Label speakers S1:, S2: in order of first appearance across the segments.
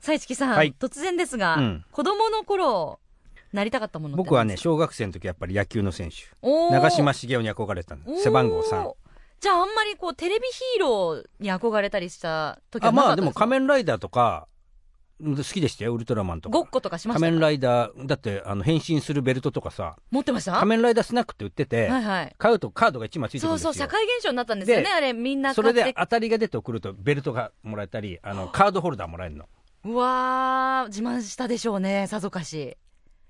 S1: さいちきさん、
S2: はい
S1: 突然ですが、
S2: うん
S1: 子供の頃、なりたかったものって
S2: 僕はね小学生の時やっぱり野球の選手
S1: おー、
S2: 長嶋茂雄に憧れてたんです背番号3
S1: おー。じゃああんまりこう、テレビヒーローに憧れたりした時
S2: あ
S1: はな
S2: ま
S1: か
S2: あ
S1: った
S2: でも仮面ライダーとかうん好きでしたよウルトラマンと
S1: ごっ
S2: か
S1: ことかしまし
S2: 仮
S1: た
S2: 面ライダーだってあの変身するベルトとかさ
S1: 持ってました
S2: 仮面ライダースナックって売ってて、
S1: はいはい。
S2: 買うとカードが1枚ついてくるんで
S1: そう
S2: すよ
S1: そう、社会現象になったんですよね、
S2: で
S1: あれ、みんな
S2: そ
S1: 買
S2: れ
S1: って
S2: で。当たりが出て送るとベルトがもらえたりあのカードホルダーもらえるの
S1: うわー、自慢したでしょうね、さぞかし。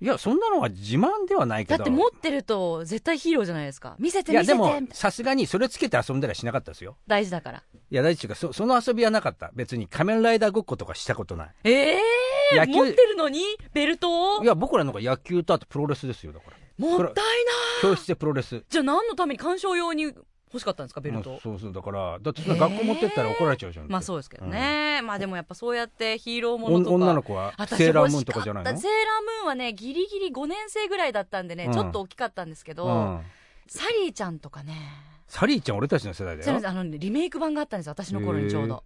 S2: いやそんなのは自慢ではないけ
S1: だ
S2: ど
S1: って持ってると絶対ヒーローじゃないですか見せ
S2: い
S1: て見
S2: や
S1: せて
S2: で
S1: みた
S2: も
S1: いな
S2: さすがにそれつけて遊んだりはしなかったですよ
S1: 大事だから
S2: いや大地がそその遊びはなかった別に仮面ライダーごっことかしたことない
S1: ええ
S2: 野
S1: ー、
S2: 球
S1: 持ってるのにベルトを
S2: いや僕らのが野球とあとプロレスですよだから
S1: もったいない
S2: 教室でプロレス
S1: じゃあ何のために鑑賞用に欲しかったんですかベル
S2: う
S1: ト
S2: ん、そうそうだからだってそんな学校持ってったら怒られちゃうじゃん、
S1: まあそうですけどね、まあでもやっぱそうやってヒーローも
S2: お
S1: の
S2: ん
S1: とか
S2: 女の子は
S1: 私
S2: セーラー
S1: 欲
S2: ムーン
S1: し
S2: と
S1: か
S2: か
S1: っ
S2: じゃない
S1: た
S2: の
S1: セーラームーンはねギリギリ5年生ぐらいだったんでね、
S2: うん
S1: ちょっと大きかったんですけど、
S2: うん、
S1: サリーちゃんとかね
S2: サリーちゃん俺たちの世代だ
S1: そうな
S2: よ
S1: んですあのねリメイク版があったんですよ私の頃にちょうど、ま
S2: あ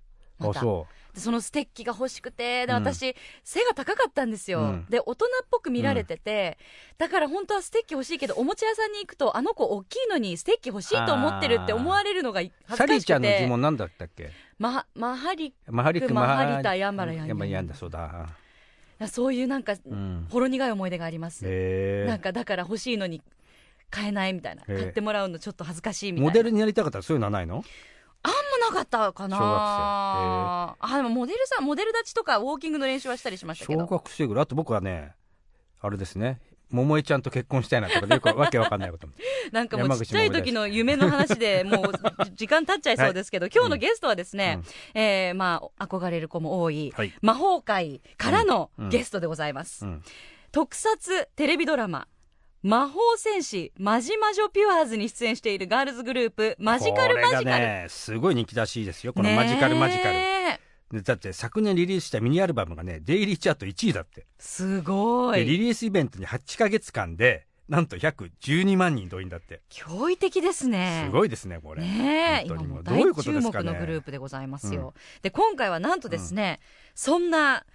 S1: た
S2: そ
S1: でそのステッキが欲しくてで
S2: うん
S1: 私、背が高かったんですよ、
S2: うん
S1: で大人っぽく見られてて、だから本当はステッキ欲しいけどおもちゃ屋さんに行くとあの子大きいのにステッキ欲しいと思ってるって思われるのが
S2: う
S1: 恥
S2: サリ
S1: ずか
S2: ー
S1: し
S2: ちゃ
S1: く
S2: んの呪
S1: て
S2: 文なんだったっけ
S1: まマハリ
S2: マハリク
S1: マハリタヤンバラヤン
S2: ヤンバラヤンだそうだ
S1: そういうなんか、
S2: うん
S1: ほろ苦い思い出があります、
S2: へ
S1: なん
S2: え
S1: かだから欲しいのに買えないみたいな、
S2: へえ
S1: 買ってもらうのちょっと恥ずかしいみたいな
S2: モデルになりたかったらそういうのはないの
S1: もうなかったかな
S2: 小学
S1: あでもモデルさんモデル立ちとかウォーキングの練習はしたりしましたけ
S2: 小
S1: ど
S2: 学生ぐらいあと僕はねあれですね桃江ちゃんと結婚したいなとかでよくわけわかんない ことも
S1: なんかも
S2: 山
S1: う
S2: 口
S1: ちっちゃい時の夢の 話でもう時間経っちゃいそうですけど、今日のゲストはですね、えーまあ憧れる子も多い、
S2: はい
S1: 魔法界からの
S2: うんうん
S1: ゲストでございます、
S2: うん
S1: 特撮テレビドラマ魔法戦士マジマジョピュアーズに出演しているガールズグループマジカルマジ
S2: これ
S1: カル、
S2: がねすごい人気らしいですよこのマジカルマジカル
S1: ねえ
S2: でだって昨年リリースしたミニアルバムがねデイリーチャート1位だって
S1: すご
S2: でリ
S1: い
S2: リースイベントに8ヶ月間でなんと約12万人動員だって
S1: 驚異的ですね
S2: すごいですねこれ
S1: ねえ、
S2: 本
S1: 今
S2: 当に
S1: もう
S2: どう
S1: 大
S2: いうこと
S1: 注
S2: です
S1: 目
S2: かね
S1: のグループでございますよ。で、今回はなんとですね、そんな、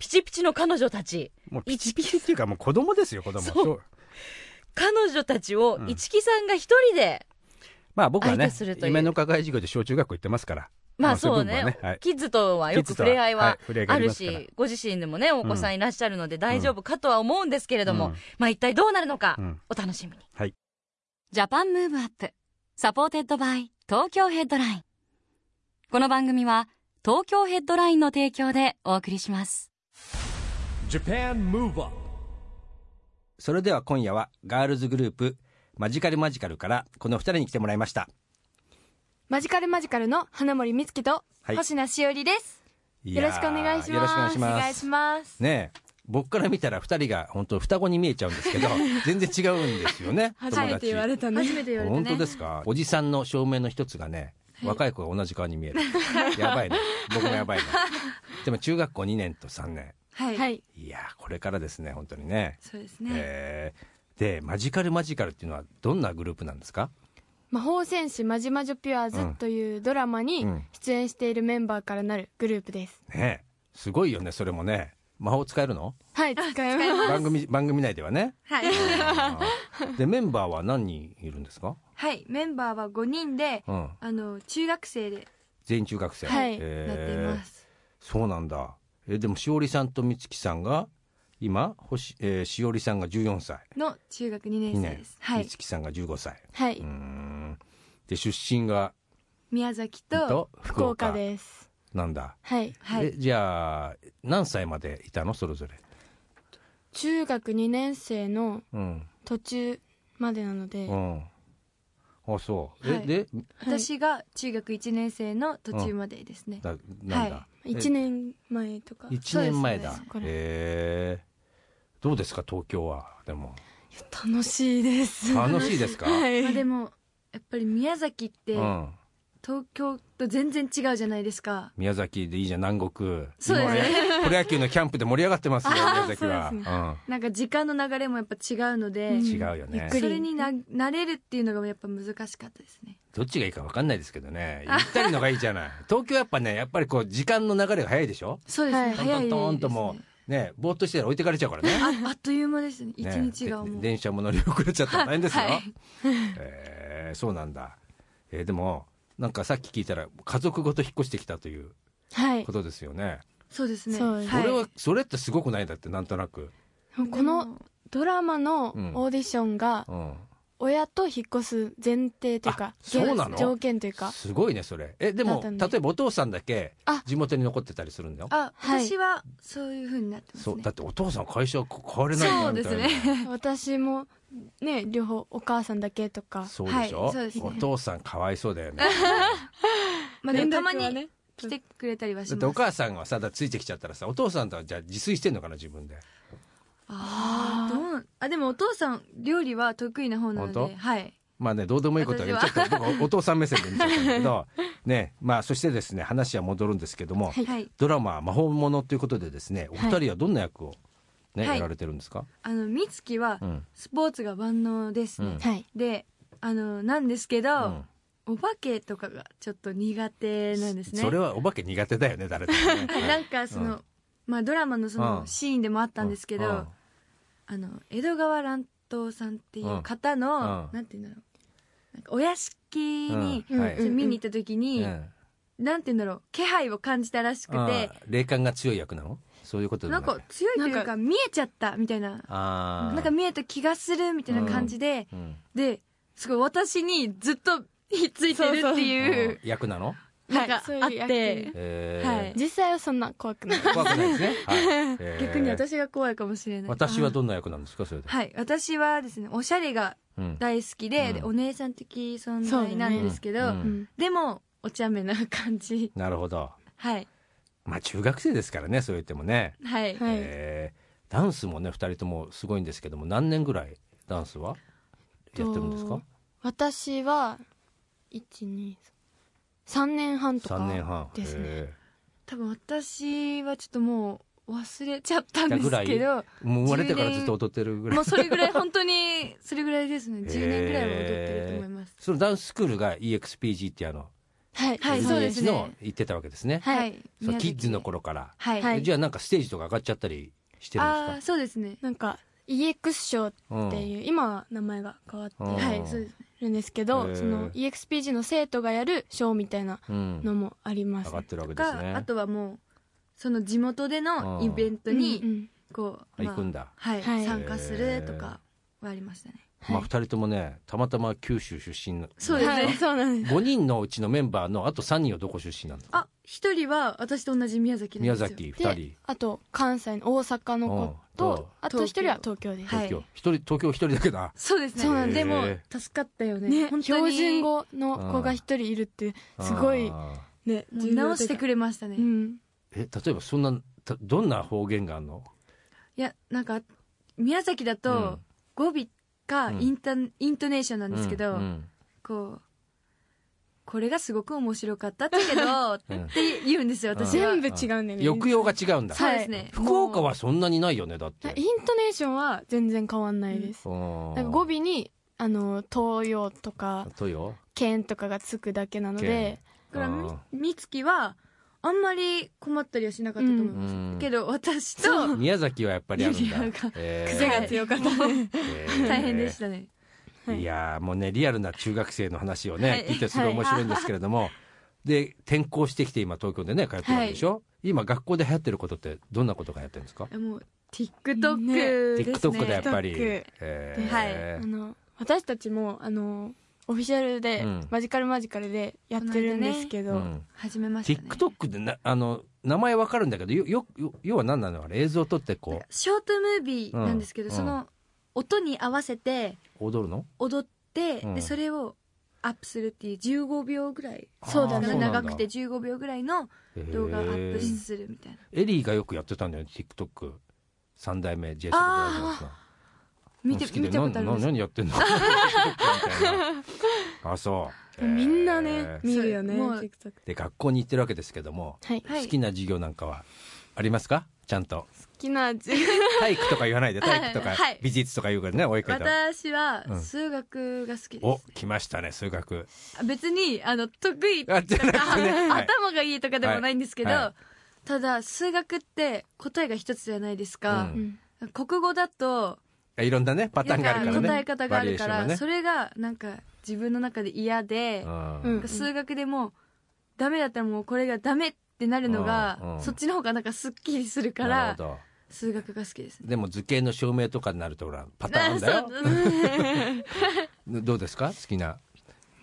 S1: ピチピチの彼女たち、
S2: もうピチピチっていうかもう子供ですよ子供
S1: そう
S2: そう
S1: 彼女たちを
S2: う、ん
S1: 一木さんが一人で、
S2: まあ僕は
S1: 相
S2: ね
S1: 手するという
S2: 夢の課外授業で小中学校行ってますから
S1: まあそう
S2: い部
S1: ね
S2: 分ははい
S1: キッズとは
S2: キ
S1: よ
S2: ッ
S1: く
S2: ズと
S1: 触
S2: は
S1: れ合い
S2: はい
S1: は
S2: 触れ合いがあ
S1: あ
S2: り
S1: る
S2: ますから
S1: し、ご自身でもね、お子さんいらっしゃるので大丈夫かとは思うんですけれど
S2: う
S1: も
S2: ん、
S1: まあ一体どうなるのか
S2: うん、
S1: お楽しみに。
S2: はい
S1: ジャパンムーブアップ、サポーテッドバイ東京ヘッドライン。この番組は、東京ヘッドラインの提供でお送りします。
S3: JAPAN MOVE UP
S2: それでは今夜はガールズグループマジカルマジカルからこの二人に来てもらいました
S4: マジカルマジカルの花森美月と
S2: はい
S4: 星名しおりです、
S2: い
S4: よ
S2: やー
S4: ろしくお願いします
S2: よろしくお願いします
S4: お願いします
S2: ねえ僕から見たら二人が本当双子に見えちゃうんで すけど全然違うんですよね友達
S4: た ね初めて言われた
S2: 本
S4: ね
S2: 当ですかおじさんの照明の一つがね若い子が同じ顔に見え るやばいね僕もやばいねでも中学校2年と3年
S4: はい、はい、
S2: いやーこれからですね本当にね
S4: そうですね、
S2: えーでマジカルマジカルっていうのはどんなグループなんですか
S4: 魔法戦士マジマジョピュアー
S2: うん
S4: ズというドラマに
S2: うん
S4: 出演しているメンバーからなるグループです、
S2: ねえすごいよねそれもね魔法使えるの
S4: はい使います
S2: 番 組番組内ではね
S5: はい、
S2: あーでメンバーは何人いるんですか、
S5: はい、メンバーは5人で、
S2: うん、
S5: あの中学生で
S2: 全員中学生、
S4: はい、なってい
S2: えー
S4: ます
S2: そうなんだえでもしおりさんとみつきさんが今星、えーしおりさんが14歳
S5: の中学2年
S2: 2
S5: 生
S2: 年
S5: です。は
S2: み
S5: い、
S2: つきさんが15歳
S4: はい、
S2: うーんで出身が
S5: 宮崎と
S2: と
S4: 福
S2: 福岡
S4: 岡です
S2: なんだ、
S4: はい
S5: はい
S2: えじゃあ何歳までいたのそれぞれ、
S4: 中学2年生の
S2: うん
S4: 途中までなので、
S2: うん、あそうえ、
S5: はい
S2: で
S5: 私が中学1年生の途中までですね。
S2: だなんだ、
S5: は
S2: え
S4: 一1年前とか
S2: 一年前だ
S4: そうですねそこら
S2: へえどうですか東京はでも
S6: 楽しいです
S2: 楽しいです か、
S6: は
S5: まあ、で
S6: い
S5: もやっぱり宮崎って
S2: うん、
S5: 東京と全然違うじゃないですか、
S2: 宮崎でいいじゃん南国
S5: そうですね
S2: 今ねプロ野球のキャンプで盛り上がってますよ宮崎は
S6: そうで
S5: なんか時間の流れもやっぱ違うので、
S6: うん
S2: うん、違うよね
S6: ゆっくり
S5: それにな慣れるっていうのがやっぱ難しかったですね
S2: どっちがいいか分かんないですけどねゆったりのがいいじゃ ない東京やっぱねやっぱりこう時間の流れが早いでしょ
S5: そうですね、
S6: はい
S5: 早いですね
S2: トントントンともうねぼーっとしてたら置いてかれちゃうからね
S5: ああっという間ですね一
S2: ね
S5: 日が
S2: で
S5: もう、
S2: 電車も乗り遅れちゃったら大変ですよ、
S5: はい
S2: えーそうなんだ、えーでもなんかさっき聞いたら家族ごと引っ越してきたという
S6: はい
S2: ことですよね、
S5: そうですね
S6: そうです
S5: はい
S2: それはそれってすごくないだってなんとなく、
S6: このドラマのオーディションが
S2: うん、
S6: 親と引っ越す前提というか
S2: あそうなの
S6: 条件という か
S2: すごいねそれえでも
S6: だ
S2: 例
S6: ったんで
S2: えばお父さんだけ
S6: あ
S2: 地元に残ってたりするんだよ
S5: あ
S6: はい
S5: 私はそういう風になってます
S2: そう
S5: ね
S2: だってお父さん会社変われない
S5: そ
S2: な
S5: う
S2: み
S5: で
S2: たい
S5: す
S2: な
S5: ね
S6: 私もね両方お母さんだけとか
S2: そうでしょ、
S5: はいそうですね
S2: お父さんかわいそうだよ ね
S5: まあでもたま
S6: 連絡は
S5: に
S6: ね
S5: 来てくれたりはし
S2: だってお
S5: ます
S2: 母さんがさだついてきちゃったらさお父さんとはじゃあ自炊してんのかな自分で
S5: あーどうなんあでもお父さん料理は得意な方なの
S2: 本当
S5: ではい
S2: まあね、どうでもいいことだけど、ちょっ
S5: 私
S2: と僕はお父さん目線で見ちゃったんだけ ど、ね、まあそしてですね、話は戻るんですけども、
S6: はい
S5: はい
S2: ドラマは魔法ものということでですね、お二人はどんな役をね、
S5: はい
S2: やられてるんですか、
S5: あの美月は
S2: うん。
S5: スポーツが万能ですね、
S2: うん
S6: はい
S5: であのなんですけど、
S2: うん
S5: お化けとかがちょっと苦手なんですね
S2: それはお化け苦手だよね、誰でもね。
S5: はいなんかその、
S2: うん
S5: まあドラマのそうの
S2: ん
S5: シーンでもあったんですけど、
S2: うん
S5: あの江戸川乱闘さんっていう方
S2: うん
S5: の、なんていうんだろうなんかお屋敷に、
S2: うんはい
S6: うんうん
S5: 見に行った時
S2: うん
S5: に、
S2: うん
S5: なんていうんだろう気配を感じたらしくて、
S2: 霊感が強い役なのそういうことで
S5: な
S2: も
S5: ん
S2: なく
S5: か強いという
S6: な
S5: か
S6: んか
S5: 見えちゃったみたいな
S2: あー
S5: なんか見えた気がするみたいな感じで、
S2: うん
S5: ですごい私にずっとひっついてるっていう
S2: うん役なの
S5: なんかあ
S6: はいそういう
S5: っ
S6: 役
S5: て、
S2: え
S5: はい
S2: ー
S6: 実際はそんな怖くない
S2: 怖くないですね。 はいえー
S5: 逆に私が怖いかもしれない
S2: 私はどんな役なんですか、それで。
S5: はい私はですねおしゃれが
S2: うん
S5: 大好きで,、
S2: うん
S5: でお姉さん的存
S6: そうだね
S5: 在なんですけど、
S2: うん
S6: うん
S5: でもお茶目な感じ
S2: なるほど。
S5: はい
S2: まあ中学生ですからね、そう言ってもね。
S5: はい、
S6: はい
S2: えーダンスもね、二人ともすごいんですけども、何年ぐらいダンスはやってるんですか
S6: 私は123年半とか
S2: 三年半。
S6: ですね
S2: え
S5: 多分私はちょっともう忘れちゃったんですけ
S2: いやー
S5: ど
S2: もう生まれてからずっと踊ってるぐらい。
S5: もうそれぐらい本当にそれぐらいですね10年ぐらいは踊ってると思います、
S2: そのダンススクールが EXPG っていうあの、
S6: はい、
S5: はい
S2: LDH
S5: そうですね
S2: の行ってたわけですね。
S6: はい
S2: そう
S5: 宮
S2: キ
S5: 崎
S2: ッズの頃から。
S5: はい、
S6: はい
S2: じゃあなんかステージとか上がっちゃったりしてるん
S5: ああー
S2: です
S5: そうですね
S6: なんか EX 賞っ
S2: かうん
S6: ていう、今は名前が変わって
S2: うん
S5: はいそうです
S6: るんですけど、
S2: へー
S6: その EXPG の生徒がやる賞みたいな
S2: うん
S6: のもありま
S2: 上
S6: す、
S2: がってるわけですね。
S5: があとはもうその地元で
S2: う
S5: の
S2: ん
S5: イベント
S6: うんう
S5: に
S6: ん
S5: こう、
S2: あ行くん
S5: だ
S2: だ。
S5: はい、
S6: はい
S5: 参加するとかはありましたね
S6: はい
S2: まあ二人ともね、たまたま九州出身の。
S5: そうですね、
S6: はい、そうなんです
S2: 5人のうちのメンバーのあと3人はどこ出身なんですか
S5: あ一人は私と同じ宮崎なん
S2: 宮
S5: ですよ
S2: 崎2
S6: で
S2: 人
S6: あと関西の大阪の子
S2: うんそう
S6: とあと一人は東京です、
S5: は
S2: 東
S5: い
S2: 京、一人東京1人だけだ
S5: そうですね
S2: そうなん
S5: で
S2: です
S5: も
S2: へ
S5: 助かったよね
S6: ね
S5: 本当に
S6: 標準語の子が一人いるってすごい
S2: あ
S6: ね
S5: もう直してく
S6: れ
S5: れましたね、
S6: う
S5: い
S6: ん
S2: ーえ例えばそんなたどんな方言があるの
S5: やなんか宮崎だと語尾か
S2: うん
S5: インタ、イントネーションなんですけど、
S2: うんうん
S5: こうこれがすごく面白かったんだけどっ
S2: うん
S5: て言うんですよ私は
S6: 全部違うんだよね
S2: 抑揚が違うんだ
S5: そうですね
S2: 福岡はそんなにないよねだっ
S6: いや
S2: て
S6: イントネーションは全然変わんないです、
S2: な
S6: なんか語尾にあの東洋とか
S2: とよ
S6: 県とかがつくだけなので
S5: だからみ
S2: あー
S5: 美月はあんまり困ったりはしなかったと思います、
S2: うん
S5: けど私と
S2: 宮崎はやっぱりあるんだ
S5: 宮崎が
S2: えー
S5: 癖が強かった
S2: えー
S5: 大変でしたね
S6: はい
S2: いやーもうねリアルな中学生の話をね、
S5: はい
S2: 聞いてすごい面白いんですけれども、で転校してきて今東京でね通ってるわけでしょ、今学校で流行ってることってどんなことが流行ってるんですか
S5: もう TikTok
S6: ね
S5: ですね
S2: TikTok だやっぱり、
S6: TikTok
S2: え
S5: は
S6: あの私たちもあのオフィシャルで、
S2: うん
S6: マジカルマジカルでやってるんですけ
S2: う
S6: ど、
S2: ん、
S5: 始めましたね
S2: TikTok でなあの名前わかるんだけどよよよ要は何なのあれ映像撮ってこ
S5: ショートムービーなんですけど、
S2: うん
S5: その音に合わせて
S2: う踊るの
S5: 踊って、
S2: うん
S5: でそれをアップするっていう15秒ぐらい
S6: そうだね
S2: あー
S6: そう
S2: なんだ
S5: 長くて15秒ぐらいの動画をアップするみたいな、
S2: えーエリーがよくやってたんだよね TikTok 三代目 j s ブラザーズの
S5: 見て
S2: 好きで
S5: 見たことあるん
S2: な
S5: で
S2: な
S5: す
S2: 何やって んのみたいなあ そう
S6: みんな
S2: え
S6: ね
S2: ー
S6: 見るよね
S5: そうもう
S6: TikTok
S2: で学校に行ってるわけですけども、
S6: はい好
S5: はい
S2: 好きな授業なんかはありますかちゃん と
S6: きな味
S2: 体育とか言わないで体育とか
S5: はい
S2: 美術とか言うからね追いかけた
S5: 私は
S2: うん
S5: 数学が好きで
S2: お
S5: す、
S2: 来ましたね数学
S5: 別にあの得意
S2: あじゃなく てね、はい、
S5: 頭がいいとかでもないんですけど、
S2: はいは
S5: ただ数学って答えが一つじゃないですか
S2: う、
S6: ん
S5: 国語だと
S2: いろんなねパターンがあるからね
S5: 答え方があるから、
S2: バリエーシ
S5: それがなんか自分の中で嫌で
S2: ョン、がね
S6: うん
S2: うん
S5: 数学でもダメだったらもうこれがダメってなるのが、
S2: うんうん
S5: そっちの方がなんかすっきりするか
S2: なる
S5: ら
S2: ほど
S5: 数学が好きですね。
S2: でも図形の証明とかになるとほらパターンあるんだよ
S5: あそう
S2: どうですか好きな、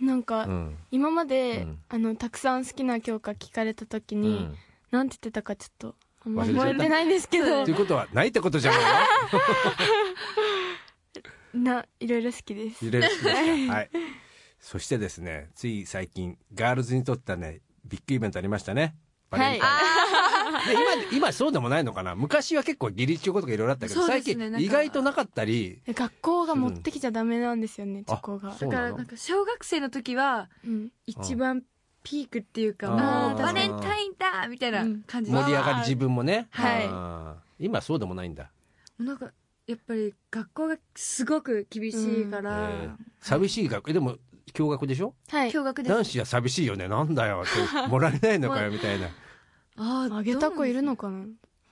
S6: なんか、
S2: うん
S6: 今まで、
S2: うん
S6: あのたくさん好きな教科聞かれた時
S2: う
S6: に、
S2: ん、
S6: なんて言ってたかちょっとあんま
S2: 忘れちゃった
S6: 覚えてないんですけど
S2: ということはないってことじゃない
S6: ないろいろ好きです
S2: の揺れる好きですかはいそしてですねつい最近ガールズにとったねビッグイベントありましたねバレンタイン、で今今そうでもないのかな昔は結構義理中とかいろいろあったけど、
S5: そう
S2: 最
S5: ですね
S2: 近
S5: なんか
S2: 意外となかったり
S6: え学校が持ってきちゃダメなんですよねチョコが
S2: あそ
S5: だ
S2: う
S5: か
S2: な
S5: ら
S2: の
S5: なんか小学生の時は
S6: うん
S5: 一番ピークっていうか、
S2: うん
S5: も
S6: あー
S5: うバレンタインだみたいな感じで、
S2: 盛り上がり自分もね、
S5: はい
S2: あー今そうでもないんだ
S5: なんかやっぱり学校がすごく厳しいから、
S2: えー寂しい学えでも共学でしょ
S6: はい
S5: 驚愕です
S2: 男子は寂しいよねなんだよってもらえないのかよみたいな
S5: あー
S6: あげた子いるのかな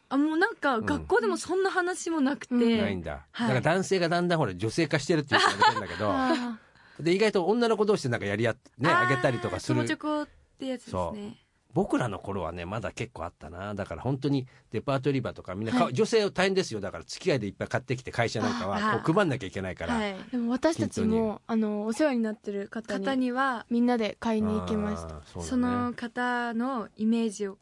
S5: あもうなんか
S2: ん
S5: 学校でもそんな話もなくて、
S6: うん
S2: ないんだ、
S5: は
S2: だ
S5: い
S2: から男性がだんだんほら女性化してるって言われてるんだけ ど
S6: あ
S2: で意外と女の子同士でなんかやりあっねあげたりとかす
S5: 友チョ
S2: る
S5: コってやつですね
S2: 僕らの頃はねまだ結構あったなだから本当にデパート売り場とかみんなか、女性を大変ですよだから付き合いでいっぱい買ってきて会社なんか
S5: あ
S2: は
S5: あ
S2: こう配んなきゃいけないから、
S5: はい
S6: ーでも私たち
S2: 均等
S6: もあのお世話になってる方に
S5: 方には
S6: みんなで買いに行きまし
S2: あ
S6: た
S2: あそうだね
S5: その方のイメージを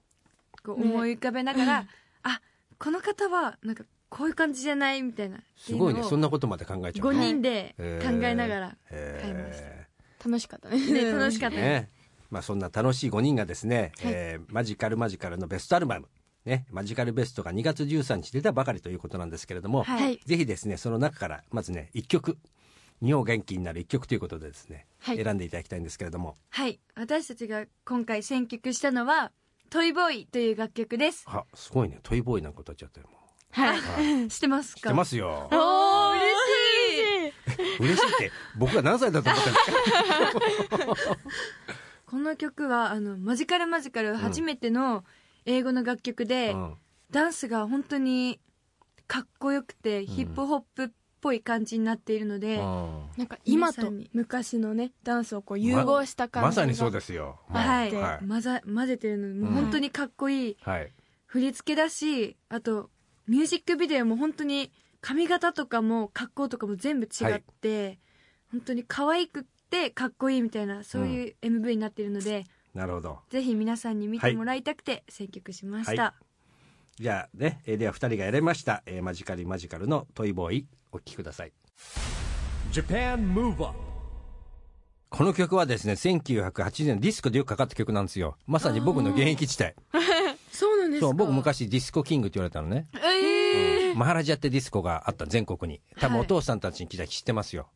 S5: こう
S6: ね
S5: 思い浮かべながら、あこの方はなんかこういう感じじゃないみたいなって
S2: す
S5: う
S2: ごいね
S5: のを
S2: そんなことまで考えちゃう
S5: 5
S2: ね
S5: 人で考
S2: はい
S5: えながら、買いました
S2: え
S6: 楽しかったね
S5: ね、楽しかったです、
S2: ねまあ、そんな楽しい5人がですね、えーマジカルマジカルのベストアルバム、ね、マジカルベストが2月13日出たばかりということなんですけれども、
S5: はい
S6: はい
S2: ぜひですねその中からまずね1曲日本を元気になる1曲ということでですね、
S6: はい
S2: 選んでいただきたいんですけれども
S5: はい私たちが今回選曲したのは「トイボーイ」という楽曲です
S2: あすごいねトイボーイなんか歌っちゃってるも
S6: はい
S5: 知ってます
S2: 知っ
S5: か
S2: てますよ
S5: おー嬉しい
S2: 嬉しいって僕が何歳だと思ったんですか
S5: この曲はあのマジカルマジカル初めての英語の楽曲で、
S2: うん
S5: ダンスが本当にかっこよくて、ヒップホップっぽい感じになっているので、
S2: うん
S6: なんか今
S5: 皆
S6: と
S5: さんに
S6: 昔のねダンスをこう融合した感じが
S2: まさにそうですよ、もう
S5: はい、
S2: は
S5: 混ざ混ぜてるのもう本当にかっこいい
S2: いはい
S5: 振り付けだしあとミュージックビデオも本当に髪型とかも格好とかも全部違って、本当に可愛くてかっこいいみたいなそういうう MV になっているので、
S2: なるほど
S5: ぜひ皆さんに見
S2: は
S5: て
S2: い
S5: もらいたくて選曲しました、
S2: はいじゃあね、えーでは二人がやれました、えーマジカルマジカルのトイボーイお聴きください
S3: Japan Move Up
S2: この曲はですね1980年ディスコでよくかかった曲なんですよまさに僕の現役時代
S5: そうなんで
S2: そう僕昔ディスコキングって言われたのね、マハラジャってディスコがあった全国に多分
S5: は
S2: お
S5: い
S2: 父さんたちに聞いたら知ってますよ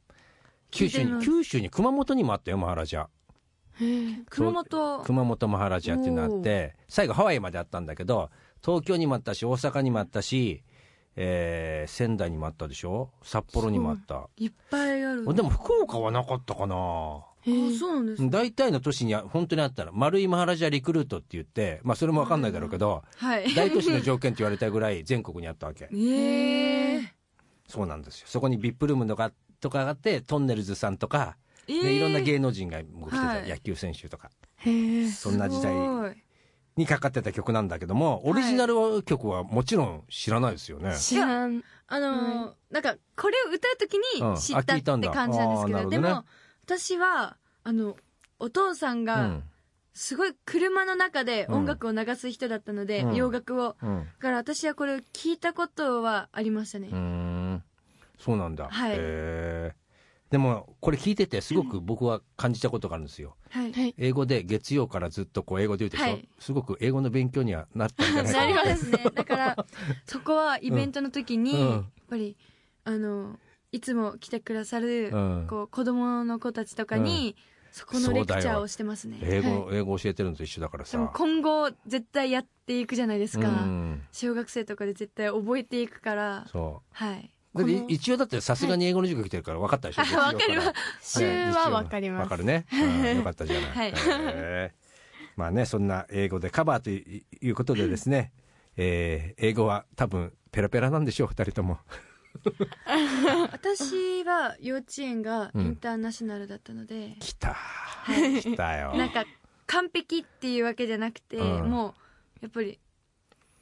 S2: 九州
S5: 聞いてま
S2: に
S5: す
S2: 九州に熊本にもあったよマハラジャ
S5: 熊本
S2: 熊本マハラジャっていうのあって最後ハワイまであったんだけど東京にもあったし大阪にもあったし、えー仙台にもあったでしょ札幌にもあった
S5: いっぱいある
S2: でも福岡はなかったかな
S5: あそうなんですか
S2: 大体の都市には本当にあったの丸いマハラジャリクルートって言ってまあそれも分かんないだろうけど
S5: はい
S2: 大都市 の条件って言われたぐらい 全国にあったわけ
S5: ええ
S2: そうなんですよそこに VIP ルームとかとかがあってトンネルズさんとか、
S5: え
S2: ねいろんな芸能人がもう来てた、
S5: はい
S2: 野球選手とか
S6: へえ
S2: そんな時代にかかってた曲なんだけどもオリジナル曲はもちろん知らないですよね、
S6: 知らん
S5: あのーなんかこれを歌う時
S2: うん
S5: に知った
S2: あ聞
S5: っ
S2: いたん
S5: て
S2: だ
S5: 感じなんですけど,、
S2: あーなるほどね
S5: でも私はあのお父さん
S2: う
S5: が
S2: ん
S5: すごい車の中で音楽を流す人だったので、
S2: うん
S5: 洋楽を
S2: うん
S5: だから私はこれを聞いたことはありましたね、
S2: うーんそうなんだ、
S5: はい
S2: へえでもこれ聞いててすごく僕は感じたことがあるんですよ。
S5: はい
S6: はい
S2: 英語で月曜からずっとこう英語で言うでしょ、
S5: はい
S2: すごく英語の勉強にはなったんじゃない
S5: な
S2: か
S5: り
S2: な
S5: ま すね。だから、そこはイベントの時に、
S2: うんうん
S5: やっぱり、あの、いつも来てくださる、
S2: うん
S5: こう、子供の子たちとかに、そこのレクチャーをしてますね。
S2: 英語、英語教えてるのと一緒だから
S5: でも
S2: さ。
S5: 今後、絶対やっていくじゃないですか。
S2: うん
S5: 小学生とかで絶対覚えていくから、
S2: そ
S5: はい。
S2: う。だって
S5: この
S2: 一応だってさすがに英語の授業来てるから分かったでしょ、
S5: はい
S2: 月曜ら
S5: わかるわ
S6: 週はわかりま
S2: わ
S6: す
S2: か。る ね。うんよかったじゃない。
S5: はい
S2: へえまあね、そんな英語でカバーといいうことでです ね、えー英語は多分ペラペラなんでしょう、二人とも。
S5: 私は幼稚園がイ
S2: うん
S5: ンターナショナルだったので、
S2: 来た。
S5: はい
S2: 来た よ。
S5: なんか完璧っていうわけじゃなくて、
S2: うん
S5: もうやっぱり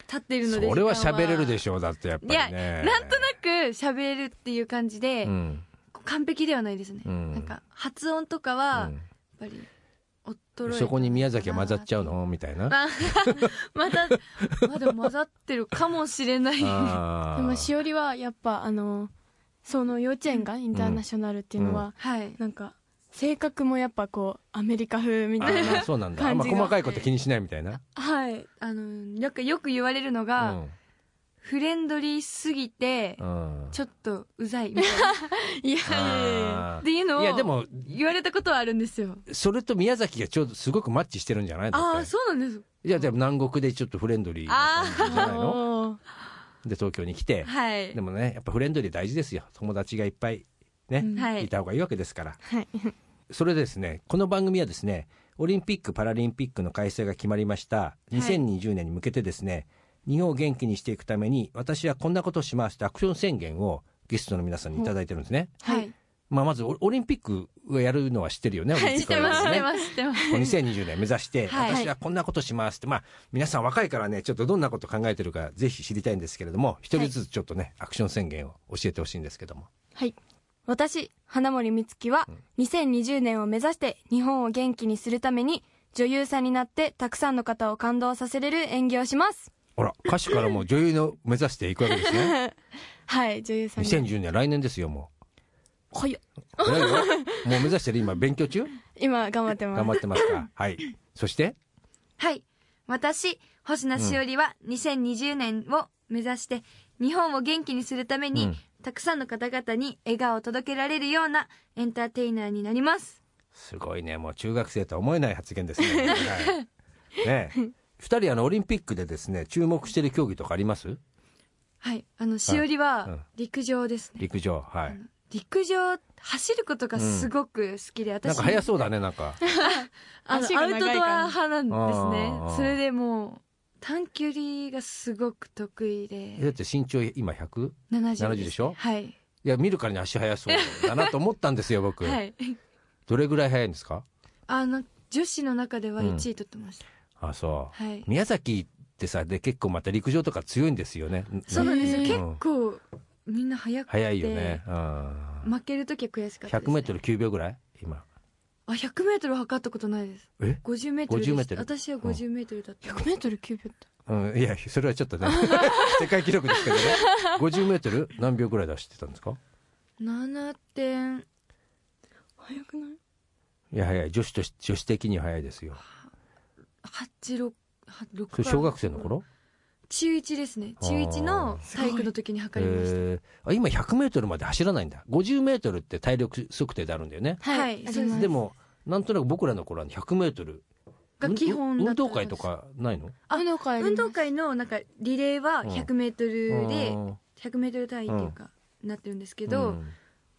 S5: 立ってるので
S2: それは喋れるで
S5: ょ
S2: しょう、だってやっぱ
S5: いや
S2: りね。
S5: なんとなく喋れるっていう感じで、
S2: うん。
S5: 完璧ではないですね、
S2: うん
S5: なんか発音とかは
S2: う
S5: やっ
S2: ん
S5: ぱり衰え
S2: そこに宮崎は混ざっちゃうのみたいな。
S5: まあまだまだ混ざってるかもしれないは
S2: あ
S6: で
S2: ー
S6: もしおりはやっぱあのその幼稚園がインターナショナルっていうのは、
S5: い
S6: なんか性格もやっぱこうアメリカ風み
S2: あ
S6: たい
S2: ー
S6: な
S2: そうなんだ。あんま
S6: 感じが
S2: 細かいこと気にしないみたいな。
S5: はいあのなんかよく言われるのが、フレンドリーすぎて、
S2: うん。うん
S5: ちょっとうざいみたいな
S6: いやいやいや
S2: あ
S5: っていうの
S2: ー
S5: を
S2: いや、でも、
S5: 言われたことはあるんですよ
S2: それと宮崎がちょうどすごくマッチしてるんじゃないだっ
S5: ああー
S2: て
S5: そうなんです
S2: いや、でも南国でちょっとフレンドリーな感じじゃないの
S6: おー
S2: で、東京に来て。
S5: はい
S2: でもね、やっぱフレンドリー大事ですよ。友達がいっぱい、ね、
S6: うん
S5: はい
S2: いた方がいいわけですから。
S6: はい
S2: それでですね、この番組はですね、オリンピック・パラリンピックの開催が決まりました2020年に向けてですね、日本を元気にしていくために、私はこんなことをしますとアクション宣言をゲストの皆さんにいただいてるんですね。
S5: はい
S2: まあ、まずオオリンピックをやるのは知ってるよね、オリンピックをやるのはね
S5: すしてます
S2: こう2020年目指して、
S5: はい
S2: 私はこんなことしますって、まあ、皆さん若いからね、ちょっとどんなこと考えてるか、ぜひ知りたいんですけれども、一人ずつちょっとね、アクション宣言を教えてほしいんですけども。
S6: はい私花森美月は2020年を目指して日本を元気にするために女優さんになってたくさんの方を感動させれる演技をします
S2: ほら、歌手からも女優の目指していくわけ ですね。
S6: はい女優さんに
S2: 2010年、来年ですよ、も
S6: はいよ
S2: う。 早いよもう目指してる今、勉強中
S6: 今頑張ってます
S2: 頑張ってます か。はい。そして、
S5: はい私星名しおりは2020年を目指して日本を元気にするために、
S2: うん
S5: たくさんの方々に笑顔を届けられるようなエンターテイナーになります
S2: すごいね、もう中学生とは思えない発言 ですね。はい、ねえ二人、あの、オリンピックでですね、注目してる競技とかあります
S5: はいあのしおり
S2: うんうん
S5: は陸上ですね、
S2: 陸上。はい。
S5: 陸上走ることがすごく好きで、
S2: なん
S5: 私
S2: か早そうだね、なんか。
S5: あの
S6: 足
S5: ア
S6: が
S5: ウ
S6: 長
S5: ト
S6: い
S5: ド
S6: から
S5: ア派なんですね
S2: あー
S5: それでもう短距離がすごく得意
S2: えだ
S5: で
S2: って身長今 100?
S5: 70
S2: 70でしょ
S5: はい
S2: いや見るからに足速そうだなと思ったんですよ僕、
S5: はい
S2: どれぐらい速いんですか
S5: あの女子の中では
S2: うん
S5: 1位取ってました、
S2: あそう、
S5: はい
S2: 宮崎ってさで結構また陸上とか強いんですよね
S5: そうなんです
S6: へ
S5: よ結
S2: ー
S5: 構みんな速くて
S2: 速いよね、うん、
S5: 負ける時は悔しかったです、ね、
S2: 100m9 秒ぐらい今
S5: あ 100m 測ったことないです
S2: え
S5: 50m でした
S2: 50m
S5: 私は 50m だった、
S6: 100メートル9秒
S2: うん、 いやそれはちょっとね 世界記録ですけどね 50m 何秒ぐらい出してたんですか
S5: 7点
S6: 早くない
S2: いや速い女子とし女子的には速いですよ
S5: 86
S2: それ小学生の頃
S5: 中1ですね中1の体育の時に測りました
S2: えーあ今 100m まで走らないんだ 50m って体力測定であるんだよね
S5: はい
S6: あります
S2: でもなんとなく僕らの頃は100メートル
S5: が基本だった
S2: 運動会とかないの
S5: あ
S6: 運動会あります
S5: 運動会のなんかリレーは 100m で
S2: うん
S5: 100m 単位っていうかなってるんですけど、
S2: うん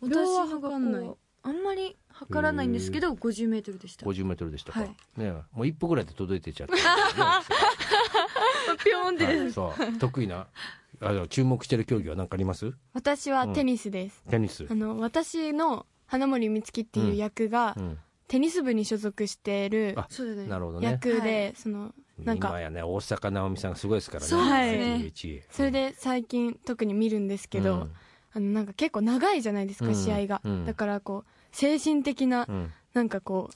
S5: 私の
S6: 秒は
S5: 学校
S6: 測んない
S5: あんまり測らないんですけど 50m でした
S2: 50メートルでしたか、
S5: はい
S2: ねえもう一歩ぐらいで届いてちゃって、ねは
S5: ピョンって
S2: い、そう得意なあの注目してる競技は何かあります
S6: 私はテニスです、
S2: テニス
S6: あの私の花森美月っていう役が
S2: うん、
S6: テニス部に所属している
S2: あ
S5: そうだね
S2: なるほどね
S6: 役で、
S5: は
S6: そのなんか
S2: 今やね大坂なおみさんがすごいですからね
S5: そう
S6: ですね
S2: 世界一位
S6: それで最近特に見るんですけど、あのなんか結構長いじゃないですか、
S2: うん
S6: 試合が、
S2: うん
S6: だからこう精神的な
S2: うんうん
S6: なんかこ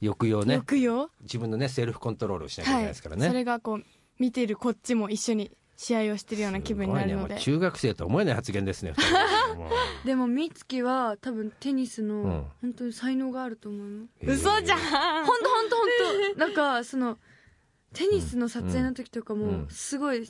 S2: 抑揚
S6: う、
S2: ね
S6: 抑揚、
S2: 自分のねセルフコントロールをしなきゃいけな
S6: は
S2: い
S6: い
S2: ですからね、
S6: それがこう見てるこっちも一緒に試合をしてるような気分になる
S2: すごい
S6: ので、
S2: ねもう中学生とは思えない発言ですね。二人もう
S5: でも美月は多分テニス
S2: う
S5: の
S2: ん
S5: 本当に才能があると思うの
S2: えー
S6: 嘘じゃん
S5: 本当本当本当なんかそのテニスの撮影の時とか
S2: う
S5: も
S2: ん
S5: すごい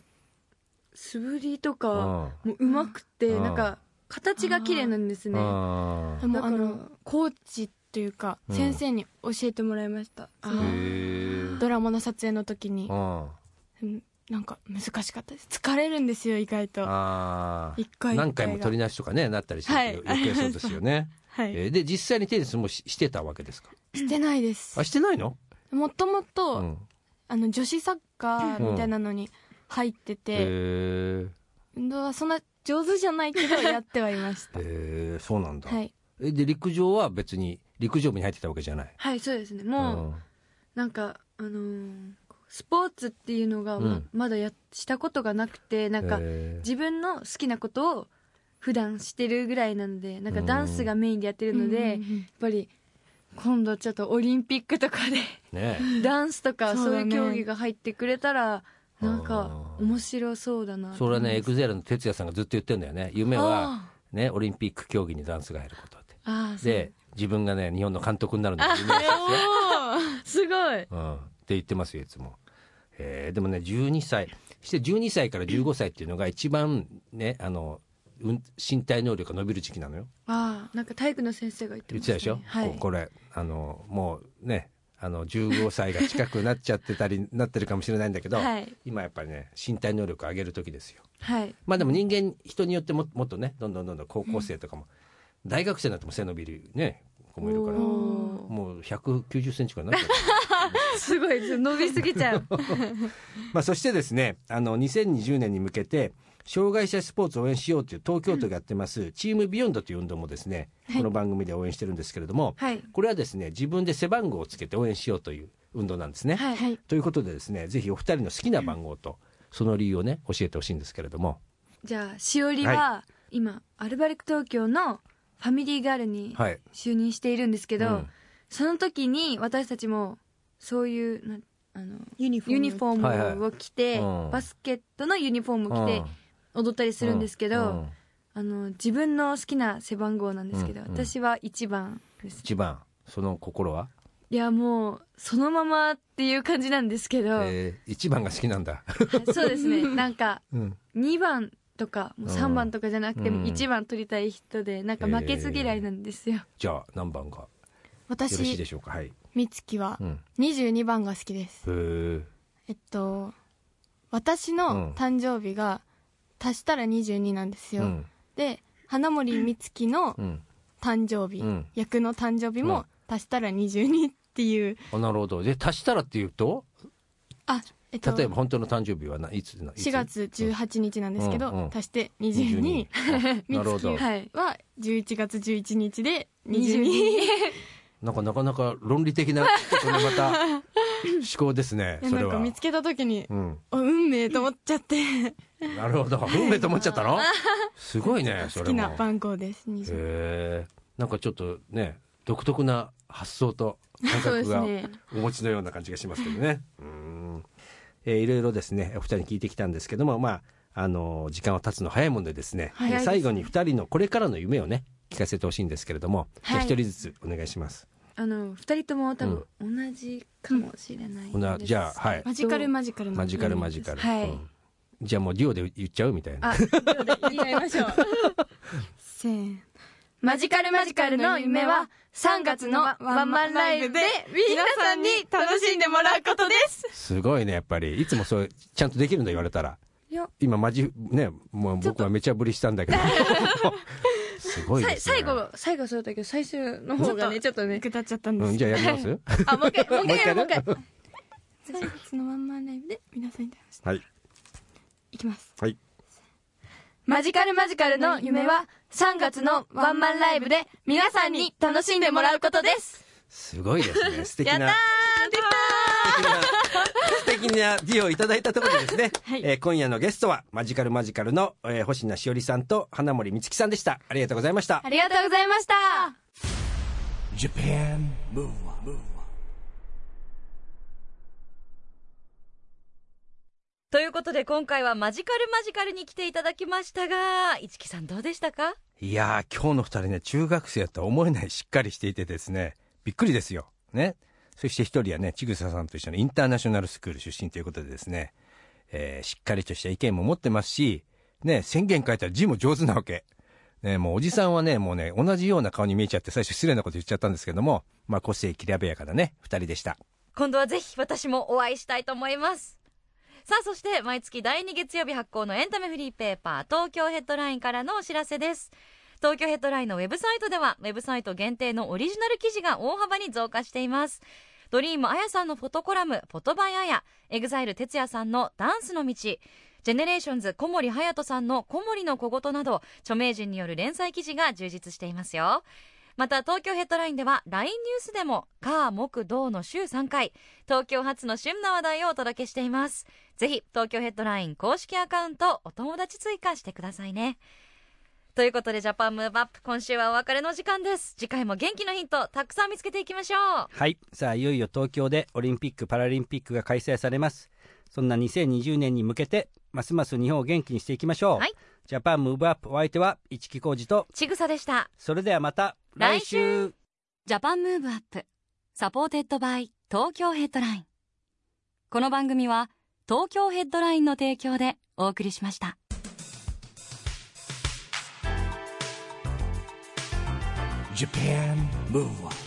S5: 素振りと
S2: う
S5: か
S2: ん。
S5: もう上手くて
S2: うん
S5: なんか形が綺麗なんですね
S2: あ
S6: でもあ
S5: だ
S6: の
S5: か
S6: コーチというか
S2: うん
S6: 先生に教えてもらいました、
S5: あ
S2: ー
S5: ー
S2: へ
S6: ドラマの撮影の時に
S2: ー。う、ん。
S6: うんなんか難しかったです疲れるんですよ意外と
S2: あ
S6: 一
S2: あ。
S6: 回一回が
S2: 何回も取り直しとかね、なったりしてるけど、
S6: はい
S2: 余計そうですよ ね。
S6: はい、
S2: えーで、実際にテニスもししてたわけですか。
S6: してないです
S2: あ、してないの
S6: もともと、
S2: うん。
S6: あの女子サッカーみたいなのに入って
S2: へ
S6: て、
S2: ー
S6: 運動はそんな上手じゃないけどやってはいました
S2: えー、そうなん だ。
S6: はい
S2: えで、陸上は別に、陸上部に入ってたわけじゃない。
S5: はいそうですねもうなんかあのーこうスポーツっていうのが
S2: う
S5: ま
S2: ん
S5: まだやしたことがなくてなんか
S2: えー
S5: 自分の好きなことを普段してるぐらいなのでなんかダンスがメインでやってるので、やっぱり今度ちょっとオリンピックとかで
S2: ね
S5: ダンスとか
S6: そう
S5: そう
S6: だ
S5: いう
S6: ね
S5: 競技が入ってくれたらなんか
S2: あー
S5: 面白そうだ
S2: え
S5: な
S2: それはね、エ
S5: と
S2: グゼルの哲也さんがずっと言ってんだよね。夢は、ね、オリンピック競技にダンスが入ることって。
S5: 思いますあー
S2: で、自分がね、日本の監督になるのが夢らしいですよ。
S5: そうすごい
S2: うん。って言ってますよ、いつも。えーでもね、12歳。して12歳から15歳っていうのが一番ね、あの、うん身体能力が伸びる時期なのよ。
S5: あーなんか体育の先生が言って
S2: 言
S5: ま
S2: っ
S5: して
S2: た
S5: た、ね、
S2: でしょ、
S5: はい
S2: ここれあのもうねあの15歳が近くなっちゃってたりなってるかもしれないんだけど、
S5: はい
S2: 今やっぱりね身体能力を上げる時ですよ
S5: はい
S2: まあでも人間人によってももっとねどんどんどんどん高校生とかも、大学生になっても背伸びるね子もいるからも
S5: お
S2: う1 9 0ンチくらいになっちゃう
S5: ーすごいちょっと伸びすぎちゃう
S2: まあ、そしてですね、あの、2020年に向けて、障害者スポーツを応援しようという東京都がやってます、チームビヨンドという運動もですね、この番組で応援してるんですけれども、
S5: はい
S2: これはですね、自分で背番号をつけて応援しようという運動なんですね。
S5: はい、
S6: はい
S2: ということでですね、ぜひお二人の好きな番号と、その理由をね、教えてほしいんですけれども。
S5: じゃあしおりは、今アルバルク東京のファミリーガールに
S2: はい。
S5: 就任しているんですけど、
S2: うん
S5: その時に私たちもそういうなあの
S4: ユニフォーム
S5: ユニフォームを着て、
S2: はいはいうん
S5: バスケットのユニフォームを着て踊ったりするんですけど、
S2: うんうん
S5: あの自分の好きな背番号なんですけど、
S2: うんうん
S5: 私は1番です
S2: 一番、その心はい
S5: やもうそのままっていう感じなんですけど、
S2: えー一番が好きなんだ。
S5: そうですねなんか
S2: うん
S5: 2番とかもう3番とかじゃなくて
S2: う
S5: も
S2: ん
S5: 1番取りたい人でなんか負けず嫌いなんです よ、
S2: じゃあ、何番がよろしいで
S6: 私
S2: しょうか。はい。
S6: 美月は
S2: うん。へ
S6: 22番が好きです
S2: ー
S6: えっと私
S2: うん
S6: の誕生日が足したら22なんですよ、
S2: うん。
S6: で花森美月の
S2: うん。
S6: 誕生日、
S2: うん
S6: 役の誕生日
S2: う
S6: も
S2: ん
S6: 足したら22っていう
S2: あなるほどで足したらっていうと
S6: あえっと
S2: 例えば本当の誕生日はないつないつ
S6: 4月18日なんですけど、
S2: うんうん
S6: 足して
S2: 22
S6: 22
S2: あな る ほど
S6: 美月
S5: はい
S6: は11月11日で22
S5: 22
S2: なんかなかなか論理的なちょっとねま た思考ですね
S6: いや
S2: そ
S6: な
S2: れ
S6: んか
S2: は
S6: 見つけた時に、
S2: うん
S6: お運命と思っちゃって
S2: なるほど運命と思っちゃった のすごいねそ
S6: 好
S2: れ
S6: き
S2: も
S6: な番号です22
S2: へえなんかちょっとね独特な発想と感
S5: そうで
S2: 覚
S5: す
S2: が
S5: ね
S2: お持ちのような感じがしますけどね。うんえーいろいろですね、お二人に聞いてきたんですけども、まあ、あのー時間は経つの早いもんでですね、
S5: 早いです
S2: えー最後に二人のこれからの夢をね、聞かせてほしいんですけれども、じゃあ
S5: はい
S2: 一人ずつお願いします。
S5: あの2人とも多分同じかもしれないです、
S2: ほなじゃあ、はい。
S6: マジカルマジカルの
S2: マジカルマジカル。
S5: はい
S2: うんじゃあもうデュオで言っちゃうみたいな。
S5: あ、言いましょう。
S6: せーの
S5: マジカルマジカルの夢は3月のワンマンライブで皆さんに楽しんでもらうこ とです。
S2: すごいね、やっぱり。いつもそう、ちゃんとできるんだ言われたら
S5: いや。
S2: 今、マジ、ね、もう僕はめちゃぶりしたん だけど。すごいですね。
S5: 最後、最後そうだけど最初の方がね、ちょっとね。
S6: 下っちゃったんで
S2: う
S6: す
S2: ん、じゃあやります
S5: あ、もう一回、もう一回やる、もう一回。
S6: 3月のワンマンライブで皆さんに出まし た
S2: はい。
S6: いきます
S2: はい。
S5: マジカルマジカルの夢は3月のワンマンライブで皆さんに楽しんでもらうことです。
S2: すごいですね。素敵
S5: やったー
S2: な。素敵なディオをいただいたところでです ね、えー今夜のゲストはマジカルマジカルの、えー、星名しおりさんと花森美月さんでした。ありがとうございました。
S5: ありがとうございました。
S3: Japan Move Up
S1: ということで今回はマジカルマジカルに来ていただきましたが市木さんどうでしたか
S2: いやー今日の二人ね中学生とは思えないしっかりしていてですねびっくりですよねそして一人はねちぐささんと一緒のインターナショナルスクール出身ということでですね、えーしっかりとした意見も持ってますしね宣言書いたら字も上手なわけねもうおじさんはねもうね同じような顔に見えちゃって最初失礼なこと言っちゃったんですけどもまあ個性きらびやかなね二人でした
S1: 今度はぜひ私もお会いしたいと思いますさあそして毎月第2月曜日発行のエンタメフリーペーパー東京ヘッドラインからのお知らせです東京ヘッドラインのウェブサイトではウェブサイト限定のオリジナル記事が大幅に増加していますドリームあやさんのフォトコラム「フォトバイあや」エグザイル哲也さんの「ダンスの道」ジェネレーションズ小森隼人さんの「小森の小言」など著名人による連載記事が充実していますよまた東京ヘッドラインでは LINE ニュースでも「火木土」の週3回東京発の旬な話題をお届けしていますぜひ東京ヘッドライン公式アカウントお友達追加してくださいねということでジャパンムーブアップ今週はお別れの時間です次回も元気のヒントたくさん見つけていきましょう
S7: はいさあいよいよ東京でオリンピック・パラリンピックが開催されますそんな2020年に向けてますます日本を元気にしていきましょう、
S1: はい
S7: ジャパンムーブアップお相手は市木浩二と
S1: ちぐさでした
S7: それではまた
S1: 来
S7: 週
S8: ジャパンムーブアップサポーテッドバイ東京ヘッドラインこの番組は東京ヘッドラインの提供でお送りしました
S3: Japan Move Up